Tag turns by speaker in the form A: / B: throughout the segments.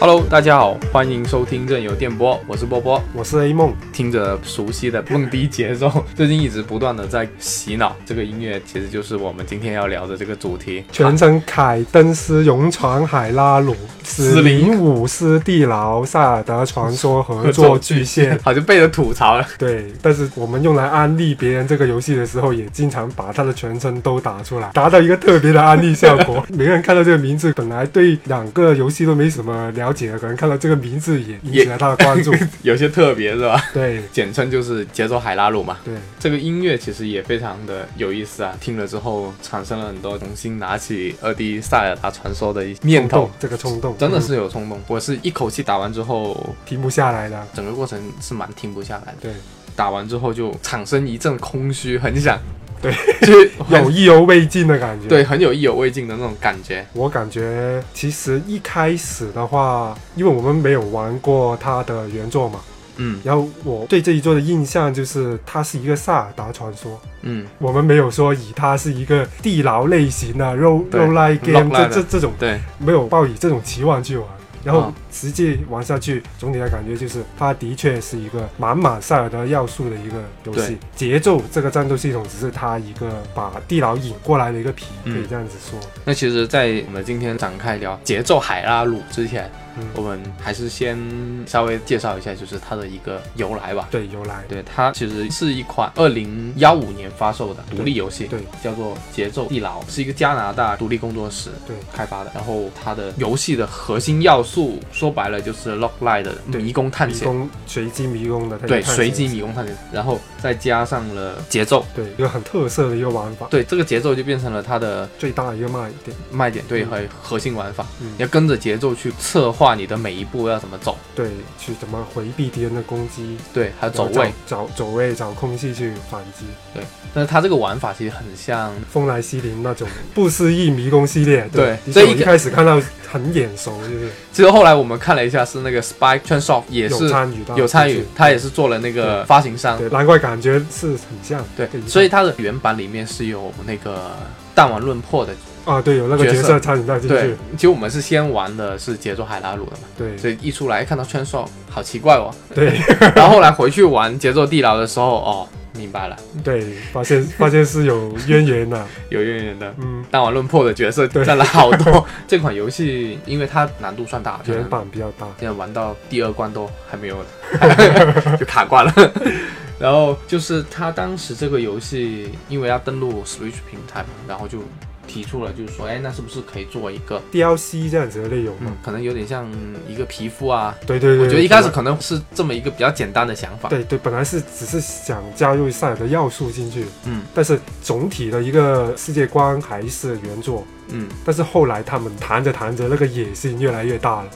A: Hello，大家好，欢迎收听任由电波，我是波波。
B: 我是 A 梦，
A: 听着熟悉的蹦迪节奏， 最近一直不断的在洗脑。这个音乐其实就是我们今天要聊的这个主题。
B: 全称凯登斯勇闯海拉鲁，
A: 斯
B: 斯
A: 林
B: 林伍斯蒂劳塞尔德传说合作 巨蟹。
A: 好像被人吐槽了。
B: 对，但是我们用来安利别人这个游戏的时候，也经常把它的全称都打出来，达到一个特别的安利效 果。每个人看到这个名字，本来对两个游戏都没什么了解的，可能看到这个名字也引起了他的关注。
A: 有些特别是吧？
B: 对
A: 简称就是节奏海拉鲁嘛。
B: 对，
A: 这个音乐其实也非常的有意思啊，听了之后产生了很多重新拿起二 D 塞尔达传说的一念
B: 冲
A: 头
B: 动，，这个冲动
A: 真的
B: 嗯
A: 是有冲动。我是一口气打完之后，
B: 停不下来的。
A: 整个过程是蛮停不下来的。
B: 对，
A: 打完之后就产生一阵空虚，很想
B: 对
A: 去
B: 有意犹未尽的感觉。
A: 对，很有意犹未尽的那种感觉。
B: 我感觉其实一开始的话，因为我们没有玩过它的原作嘛，
A: 嗯
B: 然后我对这一作的印象就是它是一个萨尔达传说，
A: 嗯，
B: 我们没有说以它是一个地牢类型的 roll
A: 对
B: roll like game
A: roguelike
B: 这这这种
A: 对，
B: 没有抱以这种期望去玩。然后
A: 啊
B: 实际玩下去，总体的感觉就是，它的确是一个满满塞尔德要素的一个游戏
A: 对。
B: 节奏这个战斗系统只是它一个把地牢引过来的一个皮，可
A: 嗯
B: 以这样子说。
A: 那其实，在我们今天展开聊节奏海拉鲁之前，
B: 嗯
A: 我们还是先稍微介绍一下，就是它的一个由来吧。
B: 对，由来。
A: 对，它其实是一款二零幺五年发售的独立游戏，
B: 对，
A: 叫做《节奏地牢》，是一个加拿大独立工作室
B: 对
A: 开发的。然后它的游戏的核心要素，说白了就是 log line 的
B: 对
A: 迷宫探
B: 迷
A: 险，
B: 宫随机迷宫的，它
A: 对，
B: 有探
A: 随机
B: 险
A: 迷宫探险，然后再加上了节奏，
B: 对一个很特色的一个玩法，
A: 对，这个节奏就变成了它的
B: 最大的一个卖点。
A: 卖点，对，
B: 嗯
A: 和核心玩法。
B: 嗯
A: 你，要跟着节奏去策划你的每一步要怎么走，
B: 对，去怎么回避敌人的攻击，
A: 对，还有走
B: 然后
A: 位。
B: 找走位，找空隙去反击。
A: 但是它这个玩法其实很像，
B: 风来西 林那种不思议迷宫系列，
A: 对所
B: 的确
A: 以
B: 我
A: 一
B: 一
A: 个
B: 开始看到很眼熟，就是
A: 其实后来我们看了一下，是那个 Spike Chunsoft 也
B: 有
A: 是
B: 参与到，
A: 有参
B: 就
A: 与
B: 是，
A: 他也是做了那个发行商，
B: 啊对，难怪感觉是很像，
A: 对
B: 可，
A: 所以它的原版里面是有那个弹丸论破的，
B: 啊，对，有那个
A: 角
B: 角
A: 色
B: 色参与到进
A: 对
B: 去，，
A: 其实我们是先玩的是节奏海拉鲁的嘛，
B: 对
A: 所以一出来看到 Chunsoft 好奇怪哦，
B: 对
A: 然后后来回去玩节奏地牢的时候，哦，明白了，
B: 对，发现发现是有渊源的，
A: 有渊源的。
B: 嗯，
A: 弹丸论破的角色
B: 对
A: 占了好多。 这款游戏因为它难度算大，
B: 原版比较大，
A: 现在玩到第二关都还没有， 就卡关了。 然后就是它当时这个游戏，因为要登录 Switch 平台嘛，然后就提出了，就是说，哎，那是不是可以做一个，
B: DLC 这样子的内容嘛
A: 嗯，，可能有点像一个皮肤啊？
B: 对对对，
A: 我觉得一开始可能是这么一个比较简单的想法。
B: 对对，本来是只是想加入塞尔的要素进去，
A: 嗯
B: 但是总体的一个世界观还是原作。
A: 嗯，
B: 但是后来他们谈着谈着，那个野心越来越大 了，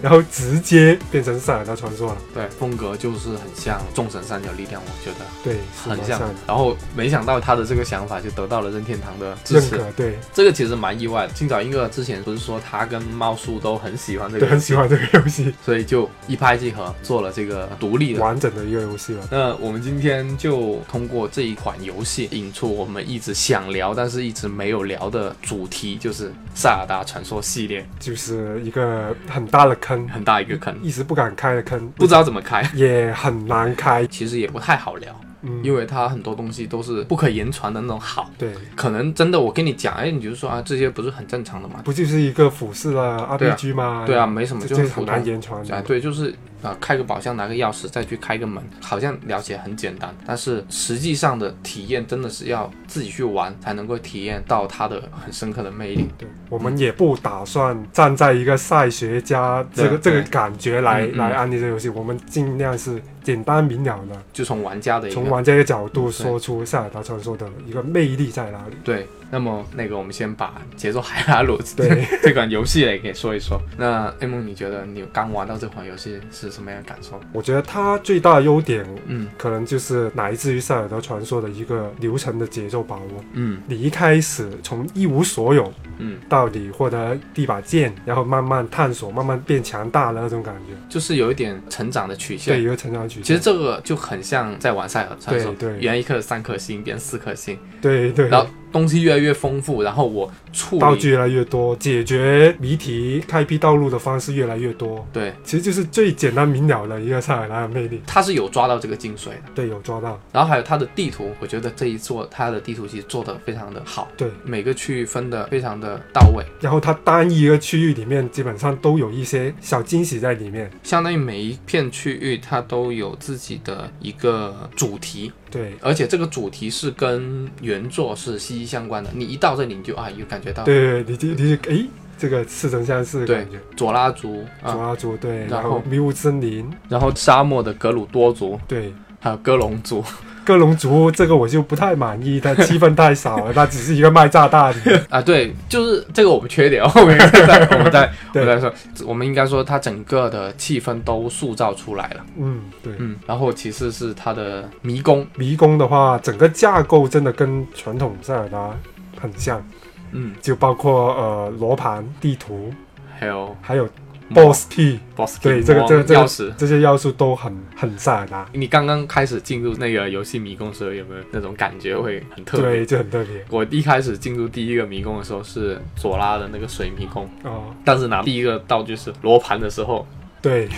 B: 然后直接变成塞尔达传说了。
A: 对，风格就是很像《众神三角力量》，我觉得。
B: 对，是
A: 很
B: 蛮
A: 像
B: 的。
A: 然后没想到他的这个想法就得到了任天堂的支
B: 认
A: 持，
B: 可，对
A: 这个其实蛮意外的。青沼英二之前不是说他跟猫叔都很喜欢这
B: 对，
A: 个游
B: 很
A: 戏，
B: 喜欢这个游戏，
A: 所以就一拍即合做了这个独立的。
B: 完整的一个游戏了。
A: 那我们今天就通过这一款游戏引出我们一直想聊但是一直没有聊的主题，就是《塞尔达传说》系列，
B: 就是一个很大的坑，
A: 很大一个坑，
B: 一直不敢开的坑，
A: 不知道怎么开，
B: 也很难开，
A: 其实也不太好聊，
B: 嗯，
A: 因为它很多东西都是不可言传的那种好。
B: 对，
A: 可能真的，我跟你讲，哎，你就说啊，这些不是很正常的嘛？
B: 不就是一个俯视的
A: 对啊
B: RPG 吗？
A: 对啊，，没什么，
B: 这
A: 就
B: 这
A: 是
B: 很
A: 普
B: 难
A: 通。
B: 言传的
A: 啊，。对，就是啊、呃开个宝箱，拿个钥匙，再去开个门，好像了解很简单，但是实际上的体验真的是要自己去玩才能够体验到它的很深刻的魅力。
B: 对，我们也不打算站在一个赛学家这个
A: 对
B: 这
A: 对
B: 个感觉来
A: 嗯嗯
B: 来安利这个游戏，我们尽量是简单明了的，
A: 就从玩家的一
B: 从
A: 个
B: 玩家的角度说出塞尔达传说的一个魅力在哪 里。
A: 对，那么那个我们先把节奏海拉鲁
B: 对
A: 这款游戏也给说一说。那 A 梦，你觉得你刚玩到这款游戏是什么样的感受？
B: 我觉得它最大的优点
A: 嗯
B: 可能就是来自于塞尔达传说的一个流程的节奏把握。
A: 嗯
B: 你一开始从一无所有
A: 嗯，
B: 到你获得第一把剑，然后慢慢探索，慢慢变强大的那种感觉。
A: 就是有一点成长的曲线
B: 对，。有个成长曲
A: 其
B: 线。
A: 实这个就很像在玩《塞尔传说》，
B: 对对
A: 原一颗三颗星变四颗星，
B: 对对，
A: 然后东西越来越丰富，然后我处理
B: 道具越来越多，解决谜题、开辟道路的方式越来越多，
A: 对，
B: 其实就是最简单明了的一个塞尔达的魅力。
A: 它是有抓到这个精髓的。
B: 对，有抓到。
A: 然后还有它的地图，我觉得这一座它的地图其实做的非常的好，
B: 对，
A: 每个区域分的非常的到位，
B: 然后它单一个区域里面基本上都有一些小惊喜在里面。
A: 相当于每一片区域它都有自己的一个主题，
B: 对，
A: 而且这个主题是跟原作是息息相关的。你一到这里，你就啊，有感觉到
B: 对对，你就你就诶，这个似曾相识的
A: 对
B: 感觉。
A: 佐拉族
B: 佐
A: 啊，
B: 拉族对，
A: 然
B: 然
A: 后
B: 后迷雾森林
A: 然后沙漠的格鲁多族，
B: 对。
A: 还有哥隆族，
B: 各龙族这个我就不太满意，它气氛太少了，它只是一个卖炸弹的。
A: 啊，对，就是这 个我们缺点，后面再我们再我
B: 对
A: 们再说，我们应该说它整个的气氛都塑造出来了，
B: 嗯，对。
A: 嗯，然后其次是它的迷宫，
B: 迷宫的话，整个架构真的跟传统塞尔达很像，
A: 嗯，
B: 就包括呃罗盘、地图，
A: 还有嗯
B: 还有 boss key
A: boss
B: 对
A: key，
B: 这个
A: 魔
B: 这个这个
A: 钥匙。
B: 这些要素都很很啊塞尔达，
A: 你刚刚开始进入那个游戏迷宫的时候，有没有那种感觉会很特别？
B: 对，就很特别
A: 我一开始进入第一个迷宫的时候是左拉的那个水迷宫，
B: 哦。
A: 但是拿第一个道具是罗盘的时候，
B: 对，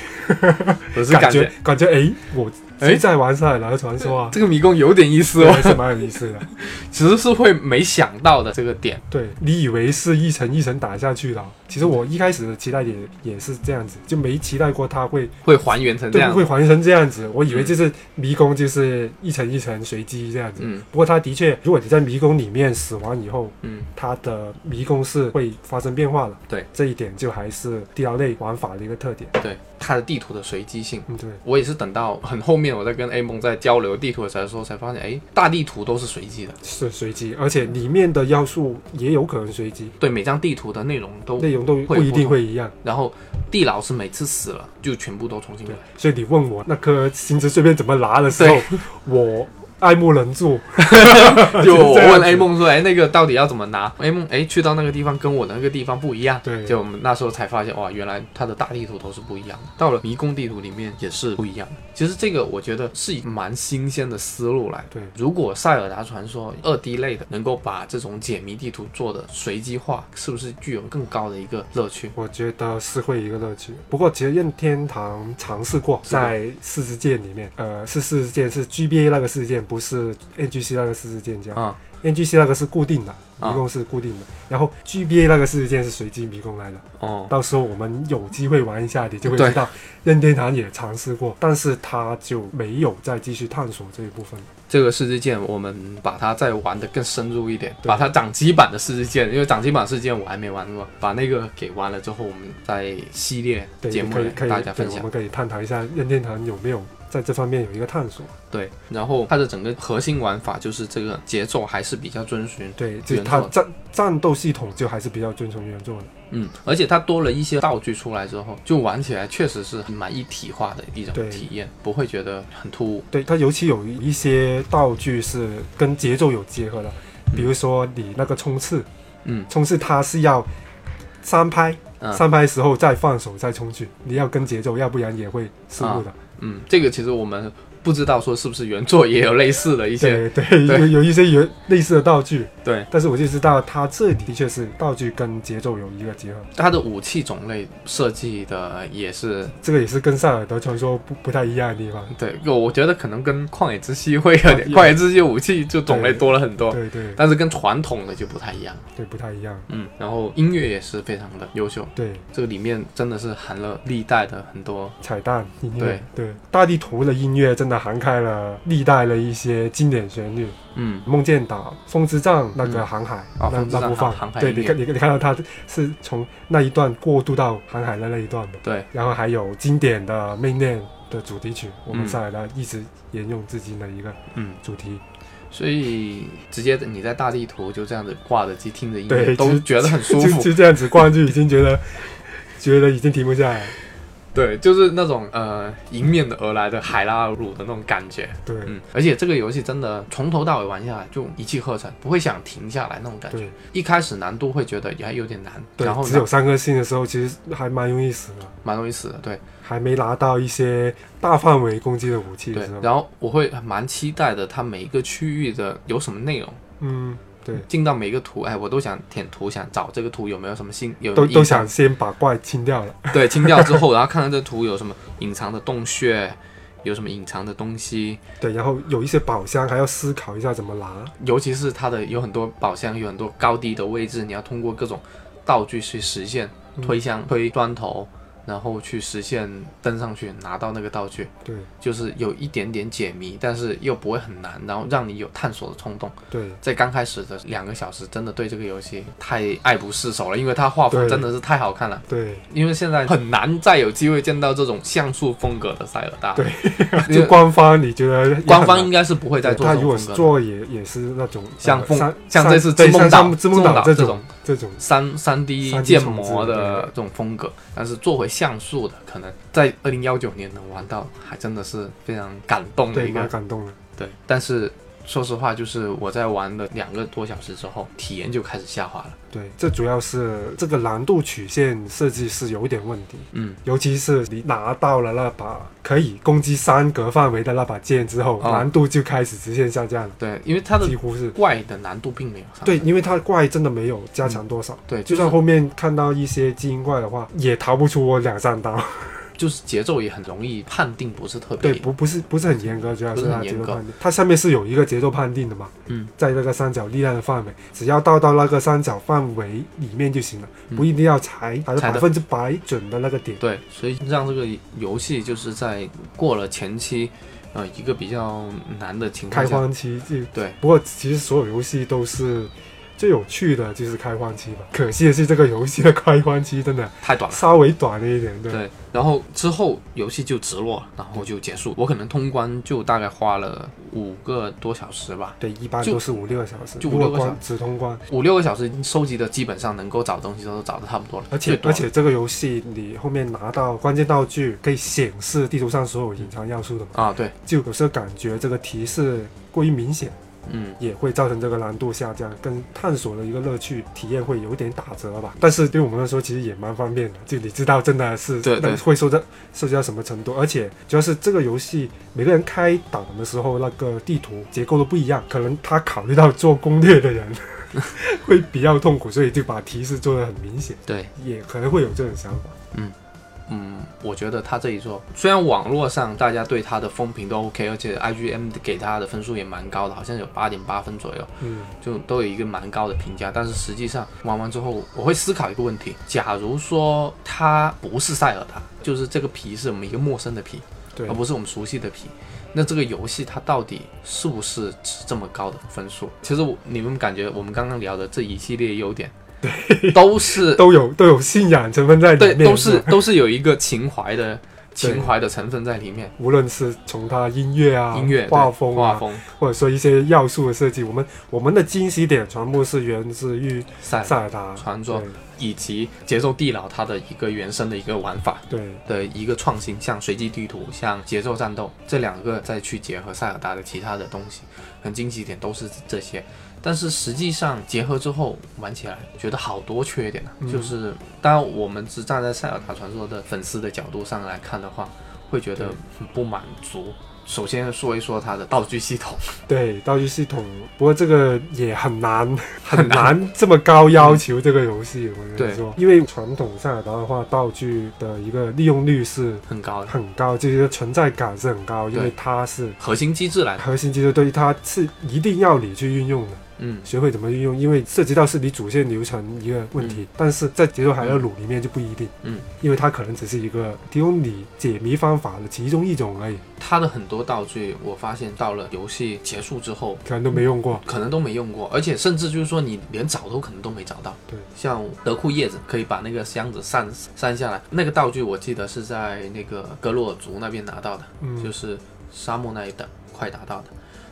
A: 我是
B: 感
A: 感
B: 觉感觉诶，我
A: 诶
B: 谁在玩塞尔达的传说啊？
A: 这个迷宫有点意思
B: 这
A: 哦，
B: 还是蛮有意思的。
A: 其实是会没想到的这个点。
B: 对你以为是一层一层打下去的，其实我一开始的期待也也是这样子，就没期待过它会
A: 会还原成这
B: 对
A: 样
B: 会。还成这样子。我以为
A: 嗯
B: 就是迷宫就是一层一层随机这样子。
A: 嗯
B: 不过它的确，如果你在迷宫里面死亡以后，
A: 嗯，
B: 它的迷宫是会发生变化的。
A: 对，
B: 这一点就还是地牢类玩法的一个特点。
A: 对，它的地图的随机性，
B: 嗯，对，
A: 我也是等到很后面我在跟 A 梦在交流地图的时候，才说才发现，哎，大地图都是随机的，
B: 是随机，而且里面的要素也有可能随机，
A: 对，每张地图的内容都，
B: 内容都
A: 会
B: 不一
A: 不
B: 定
A: 同
B: 会一样。
A: 然后地牢是每次死了就全部都重新
B: 对
A: 来。，
B: 所以你问我那颗星之碎片怎么拿的时候
A: 对，
B: 我爱莫能助。
A: 就我
B: 这样
A: 问
B: 子
A: A 梦说，哎，那个到底要怎么拿？A 梦，哎，去到那个地方跟我的那个地方不一样。
B: 对
A: 就我们那时候才发现，哇，原来它的大地图都是不一样的，到了迷宫地图里面也是不一样的。其实这个我觉得是蛮新鲜的思路来。
B: 对
A: 如果塞尔达传说二 D 类的能够把这种解谜地图做的随机化，是不是具有更高的一个乐趣？
B: 我觉得是会一个乐趣。不过其实任天堂尝试过，
A: 是的
B: 在四支箭里面，呃，是四支箭，是 GBA 那个四支箭，不是 NGC 那个四支箭这样。
A: 啊、
B: NGC 那个是固定的，
A: 啊
B: 迷宫是固定的，然后 GBA 那个四支箭是随机迷宫来的。
A: 哦，
B: 到时候我们有机会玩一下，你就会
A: 对
B: 知道，任天堂也尝试过，但是它就没有再继续探索这一部分。
A: 这个世之剑我们把它再玩的更深入一点，
B: 对
A: 把它掌机版的世之剑，因为掌机版世之剑我还没玩过，把那个给玩了之后，我们在系列
B: 对，
A: 节目
B: 可
A: 里
B: 以可
A: 跟
B: 以
A: 大家分
B: 对我
A: 享。
B: 们可以探讨一下任天堂有没有在这方面有一个探索。
A: 对，然后它的整个核心玩法就是这个节奏还是比较遵循，
B: 对，就是
A: 原
B: 它
A: 作
B: 战战斗系统就还是比较遵从原作的。
A: 嗯，而且它多了一些道具出来之后，就玩起来确实是蛮一体化的一种
B: 对
A: 体验，不会觉得很突兀。
B: 对，它尤其有一些道具是跟节奏有结合的，比如说你那个冲刺，
A: 嗯
B: 冲刺它是要三拍，
A: 嗯
B: 三拍时候再放手再冲去，你要跟节奏，要不然也会失误的。
A: 嗯，这个其实我们不知道说是不是原作也有类似的一些，
B: 对对，
A: 对
B: 有有一些有类似的道具，
A: 对
B: 但是我就知道它这里的确是道具跟节奏有一个结合，
A: 它的武器种类设计的也是
B: 这个也是跟塞尔德传说不不太一样的地方。
A: 对，我觉得可能跟旷野之息会有点，
B: 啊也
A: 旷野之息武器就种类多了很多，
B: 对对
A: 哦但是跟传统的就不太一样。
B: 对，不太一样。
A: 嗯，然后音乐也是非常的优秀，
B: 对，
A: 这个里面真的是含了历代的很多，
B: 彩蛋音乐，对大地图的音乐真的涵盖了历代的一些经典旋律，《
A: 嗯，
B: 梦见岛》《风之杖》那个
A: 嗯
B: 航海，
A: 啊
B: 那
A: 风之杖
B: 那部
A: 航
B: 放，
A: 航海
B: 对
A: 音乐
B: 你看你看你看到它是从那一段过渡到航海的那一段的，
A: 对，
B: 然后还有经典的《命令》的主题曲，我们
A: 嗯
B: 上来了一直沿用至今的一个
A: 嗯，
B: 主题，
A: 所以直接你在大地图就这样子挂着机听着音乐，
B: 对
A: 都
B: 就
A: 觉得很舒
B: 就
A: 服。
B: 就这样子逛就已经觉得觉得已经停不下来，
A: 对，就是那种呃迎面而来的海拉鲁的那种感觉。
B: 对。
A: 嗯，而且这个游戏真的从头到尾玩下来就一气呵成，不会想停下来那种感觉
B: 对。
A: 一开始难度会觉得也还有点难，然后
B: 对，只有三颗星的时候，其实还蛮容易死的，
A: 蛮容易死的。对
B: 还没拿到一些大范围攻击的武器的
A: 对
B: 时，候，
A: 然后我会蛮期待的，它每一个区域的有什么内容，
B: 嗯，对，
A: 进到每一个图，哎，我都想舔图，想找这个图有没有什么新有
B: 都都
A: 隐藏
B: 想先把怪清掉了。
A: 对清掉之后，然后看看这图有什么隐藏的洞穴，有什么隐藏的东西，
B: 对，然后有一些宝箱还要思考一下怎么拿。
A: 尤其是它的有很多宝箱，有很多高低的位置，你要通过各种道具去实现，
B: 嗯
A: 推箱、推砖头，然后去实现登上去拿到那个道具，
B: 对
A: 就是有一点点解谜，但是又不会很难，然后让你有探索的冲动。
B: 对，
A: 在刚开始的两个小时，真的对这个游戏太爱不释手了，因为它画风
B: 对
A: 真的是太好看了。
B: 对，
A: 因为现在很难再有机会见到这种像素风格的塞尔达，
B: 对
A: 因为
B: 就官方你觉得也很难
A: 官方应该是不会再
B: 对
A: 做
B: 他
A: 这
B: 如
A: 种
B: 果
A: 风格
B: 是
A: 了。
B: 做也也是那种
A: 像
B: 呃
A: 风
B: 山
A: 像
B: 山
A: 这次
B: 对
A: 织梦
B: 像
A: 岛
B: 像织梦
A: 织梦岛
B: 这
A: 这
B: 种这种
A: 三三 D
B: 3D
A: 建模
B: 重置
A: 的
B: 对
A: 这种风格，但是做回像素的，可能在二零幺九年能玩到，还真的是非常感动的
B: 对
A: 一
B: 蛮
A: 个
B: 感动的。
A: 对。但是说实话，就是我在玩了两个多小时之后，体验就开始下滑了。
B: 对，这主要是这个难度曲线设计是有一点问题，
A: 嗯，
B: 尤其是你拿到了那把可以攻击三格范围的那把剑之后，
A: 哦
B: 难度就开始直线下降了，
A: 对，因为它的
B: 几乎是。
A: 怪的难度并没有上升
B: 对，因为它怪真的没有加强多少，
A: 对，
B: 就
A: 就
B: 算
A: 是
B: 后面看到一些基因怪的话，也逃不出我两三刀。
A: 就是节奏也很容易判定不是特别
B: 对，不不是不是很严格，主要
A: 不
B: 是
A: 是
B: 它
A: 很
B: 节
A: 严
B: 奏
A: 格
B: 判定，它下面是有一个节奏判定的嘛，
A: 嗯，
B: 在那个三角力量的范围，只要到到那个三角范围里面就行了，
A: 嗯
B: 不一定要踩
A: 踩
B: 踩到
A: 得
B: 百分之百准的那个点。
A: 对，所以让这个游戏就是在过了前期，呃，一个比较难的情
B: 开
A: 况下，
B: 荒期就
A: 对，
B: 不过其实所有游戏都是最有趣的就是开荒期吧，可惜的是这个游戏的开荒期真的
A: 太短了。
B: 稍微短了一点，对。
A: 对，然后之后游戏就直落，然后就结束。我可能通关就大概花了五个多小时吧，
B: 对，一般
A: 就
B: 都是五六个小时，
A: 就
B: 如
A: 五六个
B: 果
A: 小
B: 光
A: 时
B: 只通关，
A: 五六个小时收集的基本上能够找东西都找的差不多了，
B: 而
A: 最
B: 且
A: 多
B: 而
A: 了
B: 且这个游戏你后面拿到关键道具，可以显示地图上所有隐藏要素的嘛，
A: 啊，对，
B: 就有时候感觉这个提示过于明显，
A: 嗯，
B: 也会造成这个难度下降，跟探索的一个乐趣体验会有点打折吧。但是对我们来说，其实也蛮方便的，就你知道真的是
A: 对对
B: 那会受到受到什么程度，而且主要是这个游戏每个人开档的时候，那个地图结构都不一样，可能他考虑到做攻略的人 会比较痛苦，所以就把提示做得很明显，
A: 对，
B: 也可能会有这种想法。
A: 嗯，我觉得他这一做，虽然网络上大家对他的风评都 OK，而且 IGM 给他的分数也蛮高的，好像有八点八分左右，
B: 嗯，
A: 就都有一个蛮高的评价。但是实际上玩完之后，我会思考一个问题：假如说它不是塞尔达，就是这个皮是我们一个陌生的皮，
B: 对
A: 而，不是我们熟悉的皮。那这个游戏它到底是不是值这么高的分数？其实我你们感觉我们刚刚聊的这一系列优点，对，都是
B: 都有都有信仰成分在里
A: 对，
B: 面，
A: 都是
B: 吧
A: 都是有一个情怀的
B: 对
A: 情怀的成分在里面。
B: 无论是从它音乐啊、
A: 音乐、对
B: 画风啊
A: 画、风、
B: 或者说一些要素的设计，我们我们的惊喜点全部是源自于
A: 赛
B: 塞尔达
A: 哎传说
B: 对
A: 以及节奏地牢它的一个原生的一个玩法
B: 对
A: 的一个创新，像随机地图、像节奏战斗这两个再去结合塞尔达的其他的东西，很惊喜点都是这些。但是实际上结合之后玩起来，觉得好多缺点啊，
B: 嗯
A: 就是当然我们只站在塞尔达传说的粉丝的角度上来看的话，会觉得
B: 对
A: 很不满足。首先说一说它的道具系统，
B: 对道具系统，不过这个也 很难很 难这么高要求这个游戏，我跟
A: 对
B: 你说，因为传统塞尔达的话，道具的一个利用率是
A: 很高的
B: 很高，就是存在感是很高，因为
A: 对
B: 它是。
A: 核心机制来，
B: 核心技术对它是一定要你去运用的，
A: 嗯，
B: 学会怎么运用，因为涉及到是你主线流程一个问题，但是在节奏海勒鲁里面就不一定，
A: 嗯，
B: 因为它可能只是一个提供你解谜方法的其中一种而已，
A: 它的很多道具，我发现到了游戏结束之后，
B: 可能都没用过，
A: 可能都没用过，而且甚至就是说你连找都可能都没找到。
B: 对，
A: 像德库叶子可以把那个箱子散散下来，那个道具我记得是在那个格洛尔族那边拿到的，
B: 嗯，
A: 就是沙漠那一等快达到的。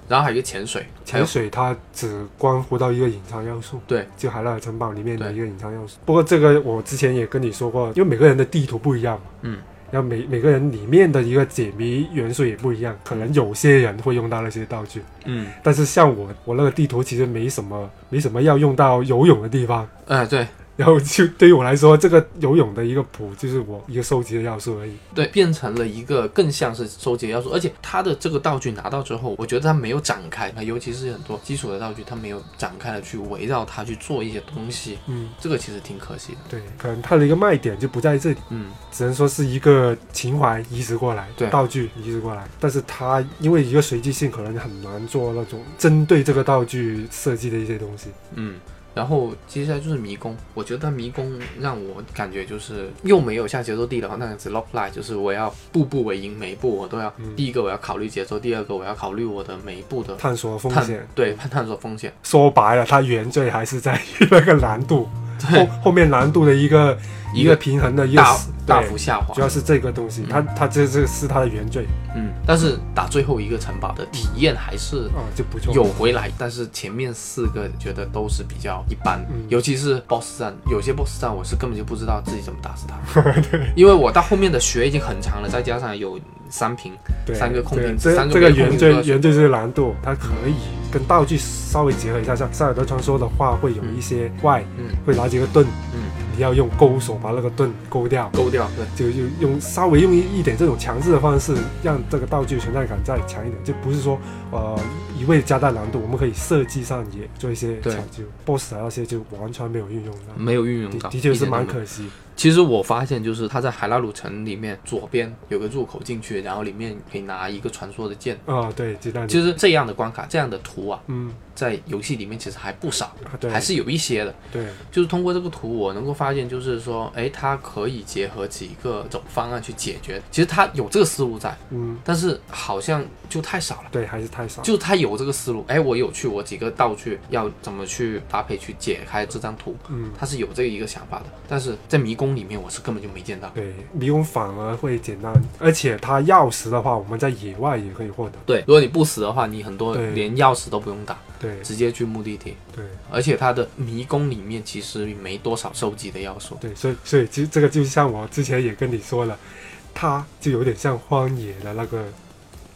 A: 然后还有一个潜水，还
B: 潜
A: 有
B: 水它只关乎到一个隐藏要素，
A: 对，
B: 就海拉尔城堡里面的
A: 对
B: 一个隐藏要素。不过这个我之前也跟你说过，因为每个人的地图不一样嘛，
A: 嗯，
B: 然后每每个人里面的一个解谜元素也不一样，可能有些人会用到那些道具，
A: 嗯，
B: 但是像我我那个地图其实没什么没什么要用到游泳的地方，
A: 哎、对
B: 然后就对于我来说，这个游泳的一个谱就是我一个收集的要素而已。
A: 对，变成了一个更像是收集的要素，而且它的这个道具拿到之后，我觉得它没有展开，尤其是很多基础的道具，它没有展开的去围绕它去做一些东西，
B: 嗯，
A: 这个其实挺可惜的。
B: 对，可能它的一个卖点就不在这里，
A: 嗯，
B: 只能说是一个情怀移植过来，
A: 对
B: 道具移植过来。但是它因为一个随机性，可能很难做那种针对这个道具设计的一些东西。
A: 嗯，然后接下来就是迷宫，我觉得迷宫让我感觉就是又没有像节奏地牢那样子 lock line，就是我要步步为营，每一步我都要，
B: 嗯
A: 第一个我要考虑节奏，第二个我要考虑我的每一步的
B: 探索风
A: 探
B: 险，
A: 对探探索风险，
B: 说白了，它原罪还是在于那个难 度，后后面难度的一个
A: 一
B: 一
A: 个
B: 个平衡的一个
A: 大
B: 对
A: 大幅下滑
B: 主。要是这个东西，它它这这是它的原罪
A: 嗯，但是打最后一个城堡的体验还是
B: 啊、就不错。
A: 有回来，但是前面四个觉得都是比较一般，
B: 嗯
A: 尤其是 BOSS 战，有些 BOSS 战我是根本就不知道自己怎么打死 他，因为我到后面的血已经很长了，再加上有三瓶，
B: 对
A: 三个控
B: 对
A: 屏
B: 这
A: 三个
B: 这个
A: 被控
B: 原
A: 屏
B: 罪
A: 抓住
B: 原罪就是难度，它可以
A: 嗯
B: 跟道具稍微结合一下，像塞尔德传说的话，会有一些怪
A: 嗯
B: 会拿几个盾，
A: 嗯，
B: 你要用钩手把那个盾勾掉。
A: 勾掉，对，
B: 就就用稍微用一一点这种强制的方式，让这个道具存在感再强一点，就不是说呃一味加大难度，我们可以设计上也做一些
A: 对
B: 抢救，BOSS 啊那些就完全没有运用到，
A: 没有运用
B: 的
A: 到，
B: 的确
A: 嗯一
B: 是
A: 点都
B: 蛮
A: 没有
B: 可惜。
A: 其实我发现，就是他在海拉鲁城里面左边有个入口进去，然后里面可以拿一个传说的剑。
B: 啊、对，鸡蛋
A: 其实这样的关卡、这样的图啊，
B: 嗯，
A: 在游戏里面其实还不少，
B: 啊对，
A: 还是有一些的。
B: 对，
A: 就是通过这个图，我能够发现，就是说，哎，它可以结合几个种方案去解决。其实它有这个思路在，
B: 嗯，
A: 但是好像就太少了。
B: 对，还是太少。
A: 就是它有这个思路，哎，我有去我几个道具要怎么去搭配去解开这张图，
B: 嗯，
A: 它是有这一个想法的。但是在迷宫里面，我是根本就没见到。
B: 对，迷宫反而会简单，而且它钥匙的话，我们在野外也可以获得。
A: 对，如果你不死的话，你很多
B: 对
A: 连钥匙都不用打，
B: 对
A: 直接去目的地。
B: 对
A: 而且它的迷宫里面其实没多少收集的要素。
B: 对，所以所以其实这个就像我之前也跟你说了，它就有点像荒野的那个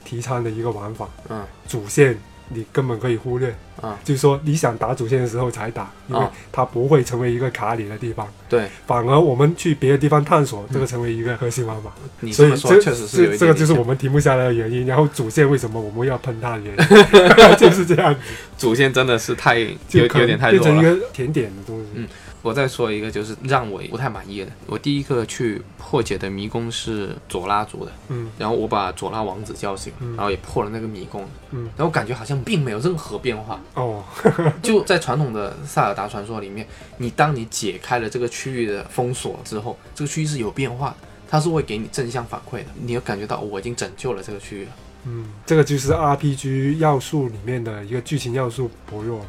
B: 提倡的一个玩法，
A: 嗯
B: 主线你根本可以忽略，
A: 嗯，
B: 就是说你想打主线的时候才打，因为
A: 啊
B: 它不会成为一个卡里的地方，
A: 对，
B: 反而我们去别的地方探索，
A: 嗯
B: 这个成为一个核心玩法。
A: 你
B: 所
A: 这
B: 以
A: 么说确实是有
B: 这
A: 一
B: 这
A: 点
B: 个就是我们停不下来的原因。然后主线为什么我们要喷它的原 因，就是这样子，
A: 主线真的是太有
B: 就
A: 有
B: 可能
A: 点太
B: 变
A: 弱
B: 成一
A: 了。
B: 个甜点的东西。
A: 嗯我再说一个，就是让我不太满意的。我第一个去破解的迷宫是佐拉族的，
B: 嗯
A: 然后我把佐拉王子叫醒，
B: 嗯
A: 然后也破了那个迷宫，
B: 嗯，
A: 然后感觉好像并没有任何变化。
B: 哦，
A: 就在传统的塞尔达传说里面，你当你解开了这个区域的封锁之后，这个区域是有变化的。它是会给你正向反馈的，你要感觉到哦我已经拯救了这个区域了。
B: 嗯，这个就是 RPG 要素里面的一个剧情要素薄弱。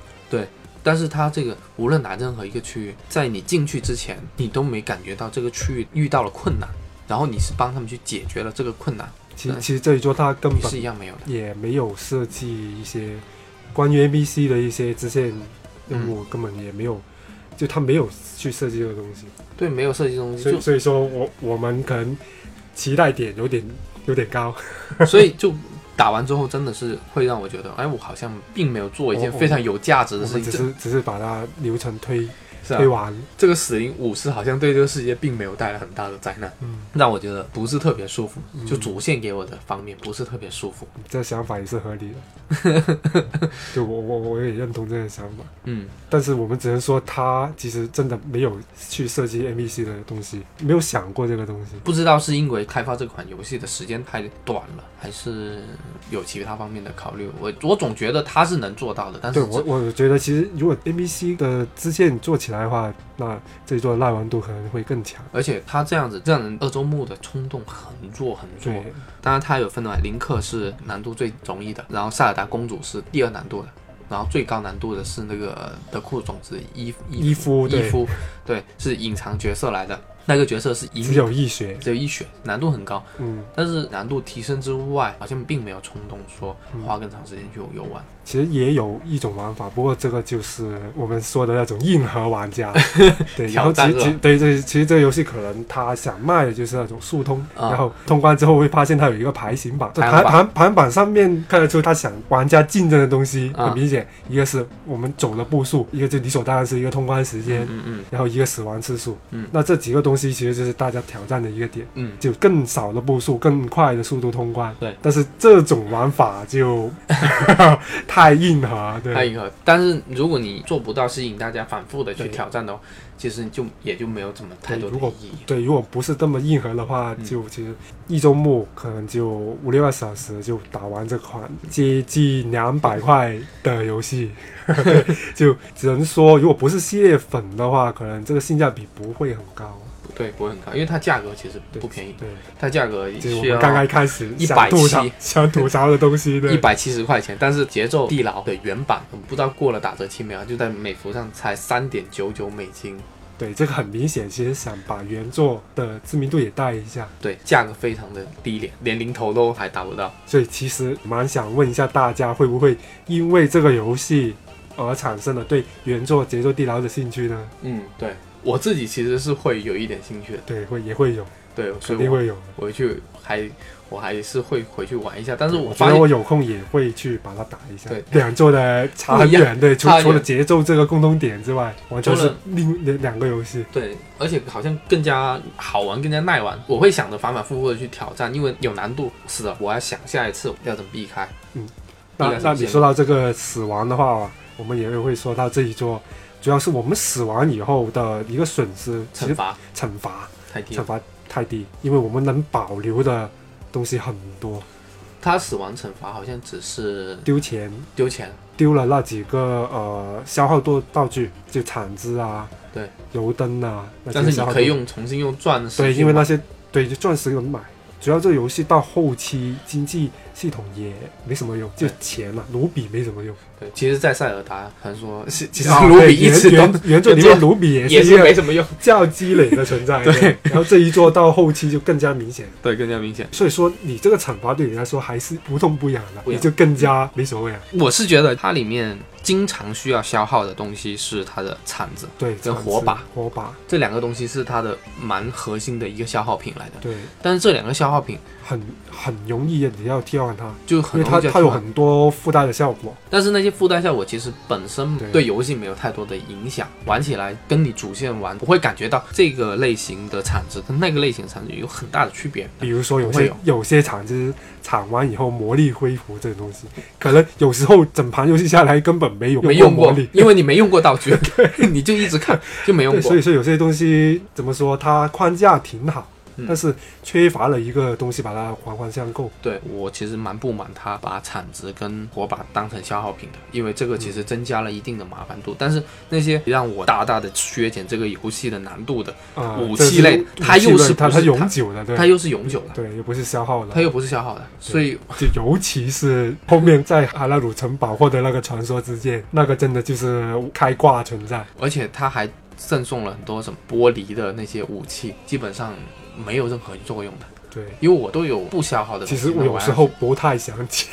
A: 但是它这个无论哪任何一个区域，在你进去之前，你都没感觉到这个区域遇到了困难，然后你是帮他们去解决了这个困难，
B: 其实
A: 对
B: 其实这一座它根
A: 你
B: 本
A: 是一样没有的。
B: 也没有设计一些关于 NPC 的一些支线任
A: 嗯
B: 务，根本也没有，就它没有去设计这个东西。
A: 对，没有设计东西，
B: 所以
A: 就
B: 所以说我我们可能期待点有点有点高。
A: 所以就打完之后，真的是会让我觉得，哎，我好像并没有做一件
B: 我我
A: 非常有价值
B: 我
A: 的事
B: 们只
A: 情。
B: 是只是把它流程推
A: 是
B: 推
A: 啊，
B: 完，
A: 这个死灵武士好像对这个世界并没有带来很大的灾难，
B: 嗯，
A: 让我觉得不是特别舒服。
B: 嗯
A: 就主线给我的方面不是特别舒服。
B: 这想法也是合理的。 就我我我也认同这个想法，
A: 嗯，
B: 但是我们只能说他其实真的没有去设计 NPC 的东西，没有想过这个东西。
A: 不知道是因为开发这款游戏的时间太短了，还是有其他方面的考虑。我我总觉得他是能做到的，但
B: 对
A: 是
B: 我
A: 这
B: 我觉得其实如果 NPC 的支线做起来的话，那这一座耐玩度可能会更强。
A: 而且他这样子让人二周目的冲动很弱很弱。
B: 对，
A: 当然它有分段，林克是难度最容易的，然后塞尔达公主是第二难度的，然后最高难度的是那个德库种子伊
B: 伊夫
A: 伊
B: 对
A: 夫，对，是隐藏角色来的。那个角色是一
B: 只有一血，
A: 只有一血，难度很高，
B: 嗯，
A: 但是难度提升之外，好像并没有冲动说花更长时间去游玩。
B: 其实也有一种玩法，不过这个就是我们说的那种硬核玩 家，对，然后
A: 挑战
B: 其实其对对，其实这个游戏可能他想卖的就是那种速通，
A: 啊
B: 嗯然后通关之后会发现它有一个排行榜，
A: 排行
B: 盘
A: 榜
B: 盘盘榜上面看得出他想玩家竞争的东西
A: 啊
B: 很明显，一个是我们走的步数，一个就理所当然是一个通关时间，
A: 嗯嗯
B: 然后一个死亡次数，
A: 嗯
B: 那这几个东西其实就是大家挑战的一个点。
A: 嗯，
B: 就更少的步数，更快的速度通关。
A: 对
B: 但是这种玩法就 太硬核，对，
A: 太硬核。但是如果你做不到吸引大家反复的去
B: 对
A: 挑战的话，其实就也就没有怎么太多的
B: 如果
A: 意义。
B: 对，如果不是这么硬核的话，
A: 嗯
B: 就其实一周目可能就五六个小时就打完这款接近两百块的 游戏，就只能说，如果不是系列粉的话，可能这个性价比不会很高。
A: 对，不会很高，因为它价格其实
B: 对
A: 不便宜，
B: 对，
A: 它价格
B: 就是我
A: 需
B: 们
A: 要
B: 刚刚开始
A: 170
B: 想吐槽、想吐槽的东西，对
A: 一，百七十块钱，但是节奏地牢的原版我不知道过了打折期没有，就在美服上才三点九九美金，
B: 对，这个很明显，其实想把原作的知名度也带一下，
A: 对，价格非常的低廉，连零头都还达不到。
B: 所以其实蛮想问一下大家，会不会因为这个游戏而产生了对原作节奏地牢的兴趣呢？
A: 嗯，对我自己其实是会有一点兴趣的，
B: 对，会也会有，
A: 对，所
B: 肯
A: 以
B: 定
A: 我
B: 会有。
A: 我回去还我还是会回去玩一下，但是
B: 我
A: 我
B: 觉
A: 发
B: 得
A: 现
B: 我有空也会去把它打一下
A: 对。
B: 两作的差很
A: 不一
B: 远，对，除
A: 差很
B: 除了
A: 远
B: 节奏这个共通点之外，完全
A: 除
B: 是
A: 了
B: 另两两个游戏。
A: 对，而且好像更加好玩，更加耐玩。我会想着反反复复的去挑战，因为有难度。是的，我要想下一次要怎么避开。
B: 那
A: 应该是
B: 嗯那
A: 这
B: 你
A: 样
B: 说到这个死亡的话，我们也会说到这一座，主要是我们死亡以后的一个损失，其
A: 惩
B: 实
A: 罚
B: 惩罚
A: 太低
B: 惩
A: 了，
B: 罚太低，因为我们能保留的东西很多，
A: 他死亡惩罚好像只是
B: 丢钱
A: 丢钱，
B: 丢了那几个呃消耗多道具，就铲子啊，
A: 对，
B: 油灯啊，那些
A: 但是
B: 消
A: 你
B: 耗
A: 可以
B: 多
A: 用重新用钻石去买。
B: 对，因为那些对就钻石能买。主要这个游戏到后期经济系统也没什么用，就
A: 对
B: 钱嘛、卢比没什么用。
A: 对，其实，在塞尔达传说，是其实
B: 啊
A: 卢比
B: 对
A: 一直都
B: 原原原作里面卢比也
A: 也
B: 是
A: 是
B: 一
A: 没
B: 个
A: 什么用。
B: 较积累的存 在。
A: 对，
B: 然后这一做到后期就更加明显。
A: 对，更加明显。
B: 所以说，你这个惩罚对你来说还是不痛不痒的，
A: 不
B: 你
A: 痒
B: 就更加没所谓了。啊
A: 我是觉得它里面经常需要消耗的东西是它的铲子，
B: 对，
A: 跟
B: 这样子
A: 火把，
B: 火把，
A: 这两个东西是它的蛮核心的一个消耗品来的。
B: 对，
A: 但是这两个消耗品
B: 很很容易啊你要替换它，
A: 就
B: 因
A: 很
B: 为
A: 容
B: 它
A: 易就
B: 它有
A: 出来
B: 很多附带的效果。
A: 但是那些附带效果其实本身
B: 对
A: 对游戏没有太多的影响，玩起来跟你主线玩不会感觉到这个类型的铲子跟那个类型的铲子有很大的区别。
B: 比如说有
A: 会
B: 些
A: 有
B: 有些场就是场完以后魔力恢复这个东西，可能有时候整盘游戏下来根本没有
A: 没用
B: 过
A: 过
B: 魔力，，
A: 因为你没用过道 具， 你就一直看就没用
B: 对，
A: 过
B: 所以。说有些东西怎么说，它框架挺好，
A: 嗯
B: 但是缺乏了一个东西把它环环相扣。
A: 对我其实蛮不满他把铲子跟火把当成消耗品的，因为这个其实增加了一定的麻烦度。但是那些让我大大的削减这个游戏的难度的，
B: 啊、
A: 武
B: 这
A: 器类
B: 武器
A: 它又是
B: 它
A: 不
B: 它
A: 是
B: 永
A: 它
B: 久的，对，
A: 它又是永久的，
B: 对，又不是消耗的，
A: 它又不是消耗的，所以
B: 就尤其是后面在阿拉鲁城堡获得那个传说之剑，那个真的就是开挂存在。
A: 而且它还赠送了很多什么玻璃的那些武器，基本上没有任何作用的，
B: 对，
A: 因为我都有不消耗的
B: 其
A: 东西。
B: 实我
A: 那
B: 有
A: 玩
B: 时候不太想捡，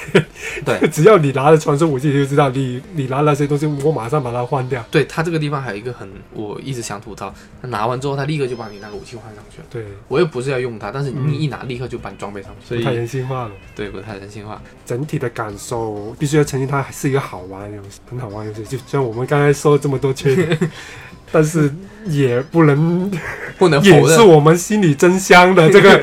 A: 对
B: 只要你拿了传说武器，就知道你你拿那些东西，我马上把它换掉。
A: 对它这个地方还有一个很我一直想吐槽，它拿完之后它立刻就把你那个武器换上去了。
B: 对，
A: 我又不是要用它，但是
B: 嗯
A: 你一拿立刻就把你装备上去，所
B: 不
A: 以
B: 太人性化了。
A: 对不太人性化。
B: 整体的感受，必须要承认它还是一个好玩的游戏，很好玩的游戏。就虽然我们刚才说了这么多 缺点，但是也不能
A: 不能
B: 也
A: 否
B: 是
A: 认，
B: 我们心里真香的这个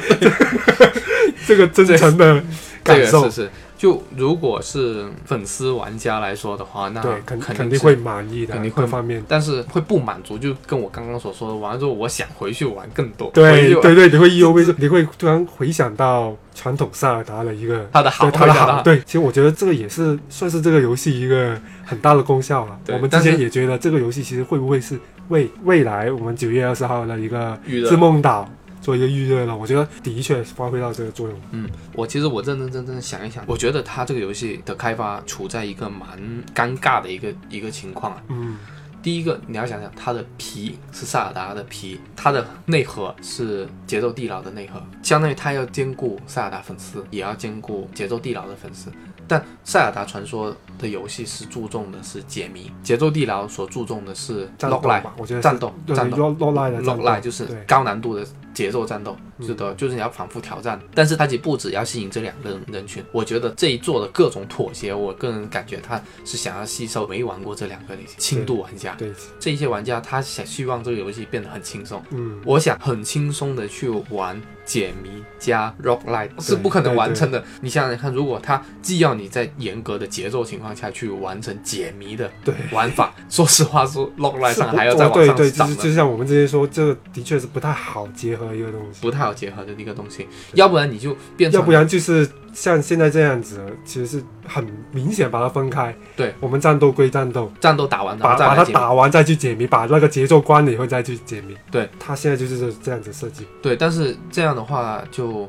B: 这个真诚的
A: 这
B: 感
A: 个
B: 受
A: 是，是。就如果是粉丝玩家来说的话，那
B: 对，肯
A: 啊肯
B: 肯
A: 定
B: 定
A: 是
B: 会满意的，
A: 肯定会
B: 各方面。
A: 但是会不满足，就跟我刚刚所说的，玩了之后我想回去玩更多，回
B: 对
A: 去玩
B: 对对，你会意犹未尽，你会突然回想到传统塞尔达的一个
A: 它的好，
B: 对它的
A: 回想到
B: 好，对，其实我觉得这个也是算是这个游戏一个很大的功效了。
A: 对
B: 我们之
A: 但是
B: 前也觉得这个游戏其实会不会是为未来我们九月二十号的一个
A: 预热
B: 自梦岛做一个预热了？我觉得的确发挥到这个作用。
A: 嗯，我其实我认认真真的想一想，我觉得它这个游戏的开发处在一个蛮尴尬的一个一个情况啊。
B: 嗯，
A: 第一个你要想想，它的皮是塞尔达的皮，它的内核是节奏地牢的内核，相当于它要兼顾塞尔达粉丝，也要兼顾节奏地牢的粉丝。但塞尔达传说的游戏是注重的是解谜，节奏地牢所注重的是
B: 战斗
A: log line
B: 吧，我觉得
A: 战斗战斗
B: l o l o line 的
A: l o
B: 战
A: g
B: 斗
A: line 就是
B: 对
A: 高难度的节奏战斗，
B: 嗯
A: 是的，就是你要反复挑战，但是它其实不止要吸引这两个人人群，我觉得这一做的各种妥协，我个人感觉它是想要吸收没玩过这两个类型轻度玩家，
B: 对，
A: 这一些玩家他想希望这个游戏变得很轻松。
B: 嗯，
A: 我想很轻松的去玩解谜加 rock light
B: 哦
A: 是不可能完成的。你想想看，如果他既要你在严格的节奏情况下去完成解谜的
B: 对。
A: 玩法，说实话，说 rock light 上
B: 是不哦
A: 还要再往
B: 对
A: 上
B: 对，就
A: 涨
B: 是
A: 呢
B: 就像我们之前说，这的确是不太好结合一个东西，
A: 不太好结合的一个东西，要不然你就变成
B: 要不然就是像现在这样子，其实是很明显把它分开。
A: 对，
B: 我们战斗归战斗，
A: 战斗打完然
B: 把
A: 后再
B: 把
A: 来
B: 它
A: 解
B: 打完再去解谜，把那个节奏关了以后再去解谜。
A: 对，
B: 它现在就是这样子设计，
A: 对，但是这样的话就。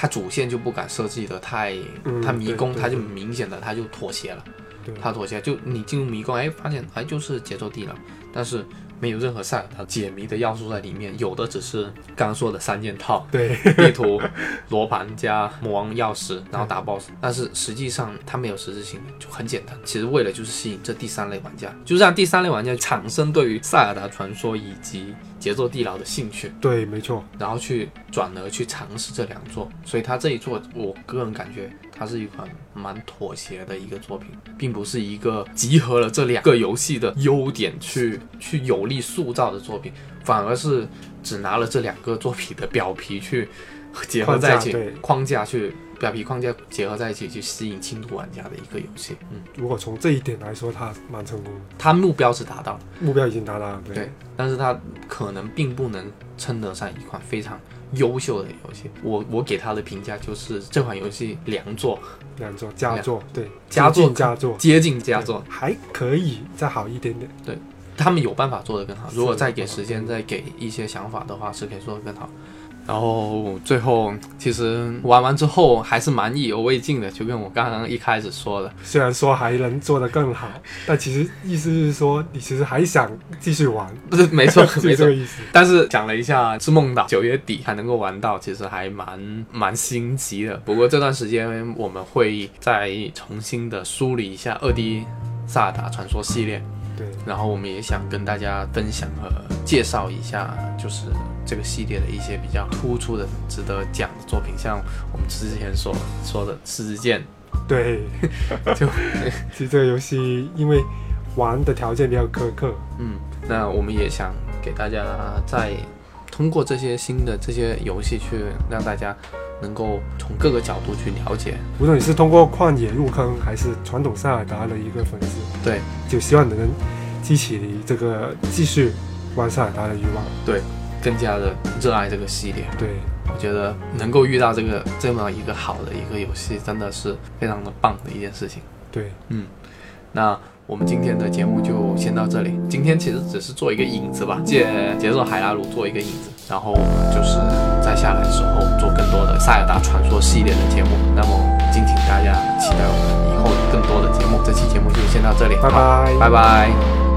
A: 它主线就不敢设计的太，
B: 嗯
A: 它迷
B: 对
A: 宫
B: 对
A: 它就
B: 对
A: 明显的它就妥协了，
B: 对，
A: 它妥协就你进入迷宫，哎，发现哎就是节奏地牢，但是没有任何塞尔达解谜的要素在里面，有的只是刚刚说的三件套，
B: 对，
A: 地图、罗盘加魔王钥匙，然后打 BOSS，但是实际上它没有实质性，就很简单。其实为了就是吸引这第三类玩家，就是让第三类玩家产生对于塞尔达传说以及节奏地牢的兴趣，
B: 对，没错，
A: 然后去转而去尝试这两座。所以它这一座，我个人感觉它是一款蛮妥协的一个作品，并不是一个集合了这两个游戏的优点去去有力塑造的作品，反而是只拿了这两个作品的表皮去结合在一起
B: 框架对，
A: 框架去表皮框架结合在一起去吸引轻度玩家的一个游戏。嗯，
B: 如果从这一点来说，它蛮成功的，
A: 它目标是达到了。
B: 目标已经达到了。
A: 对，但是它可能并不能称得上一款非常优秀的游戏。我我给它的评价就是这款游戏良作，
B: 两座佳作，对，
A: 佳作
B: 精进佳作，
A: 接近佳作。
B: 对还可以再好一点点。
A: 他们有办法做得更好，
B: 是
A: 如果再给时间，再给一些想法的话，是可以做得更好。然后最后，其实玩完之后还是蛮意犹未尽的，就跟我刚刚一开始说的，
B: 虽然说还能做得更好，但其实意思是说，你其实还想继续玩，
A: 不是没 错
B: 是
A: 没
B: 这
A: 错
B: 个。意思。
A: 但是想了一下，是梦岛九月底还能够玩到，其实还蛮蛮心急的。不过这段时间我们会再重新的梳理一下二 D 萨尔达传说系列，
B: 对，
A: 然后我们也想跟大家分享和介绍一下，就是这个系列的一些比较突出的、值得讲的作品，像我们之前所说的《四之剑》，
B: 对，
A: 就
B: 其实这个游戏因为玩的条件比较苛刻，
A: 嗯，那我们也想给大家再通过这些新的这些游戏，去让大家能够从各个角度去了解。
B: 无论你是通过旷野入坑，还是传统塞尔达的一个粉丝，
A: 对
B: 就希望你能激起你这个继续玩塞尔达的欲望。
A: 对，更加的热爱这个系列。
B: 对，
A: 我觉得能够遇到这个这么一个好的一个游戏，真的是非常的棒的一件事情。
B: 对，
A: 嗯，那我们今天的节目就先到这里。今天其实只是做一个引子吧，借节奏海拉鲁做一个引子，然后我们就是在下来之后做更多的塞尔达传说系列的节目。那么敬请大家期待我们以后更多的节目。这期节目就先到这里，
B: 拜拜
A: 拜拜。